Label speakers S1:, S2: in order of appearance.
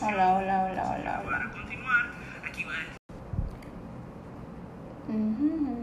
S1: Hola, hola, hola, hola,
S2: Para
S1: hola.
S2: continuar, aquí va
S1: Ujú.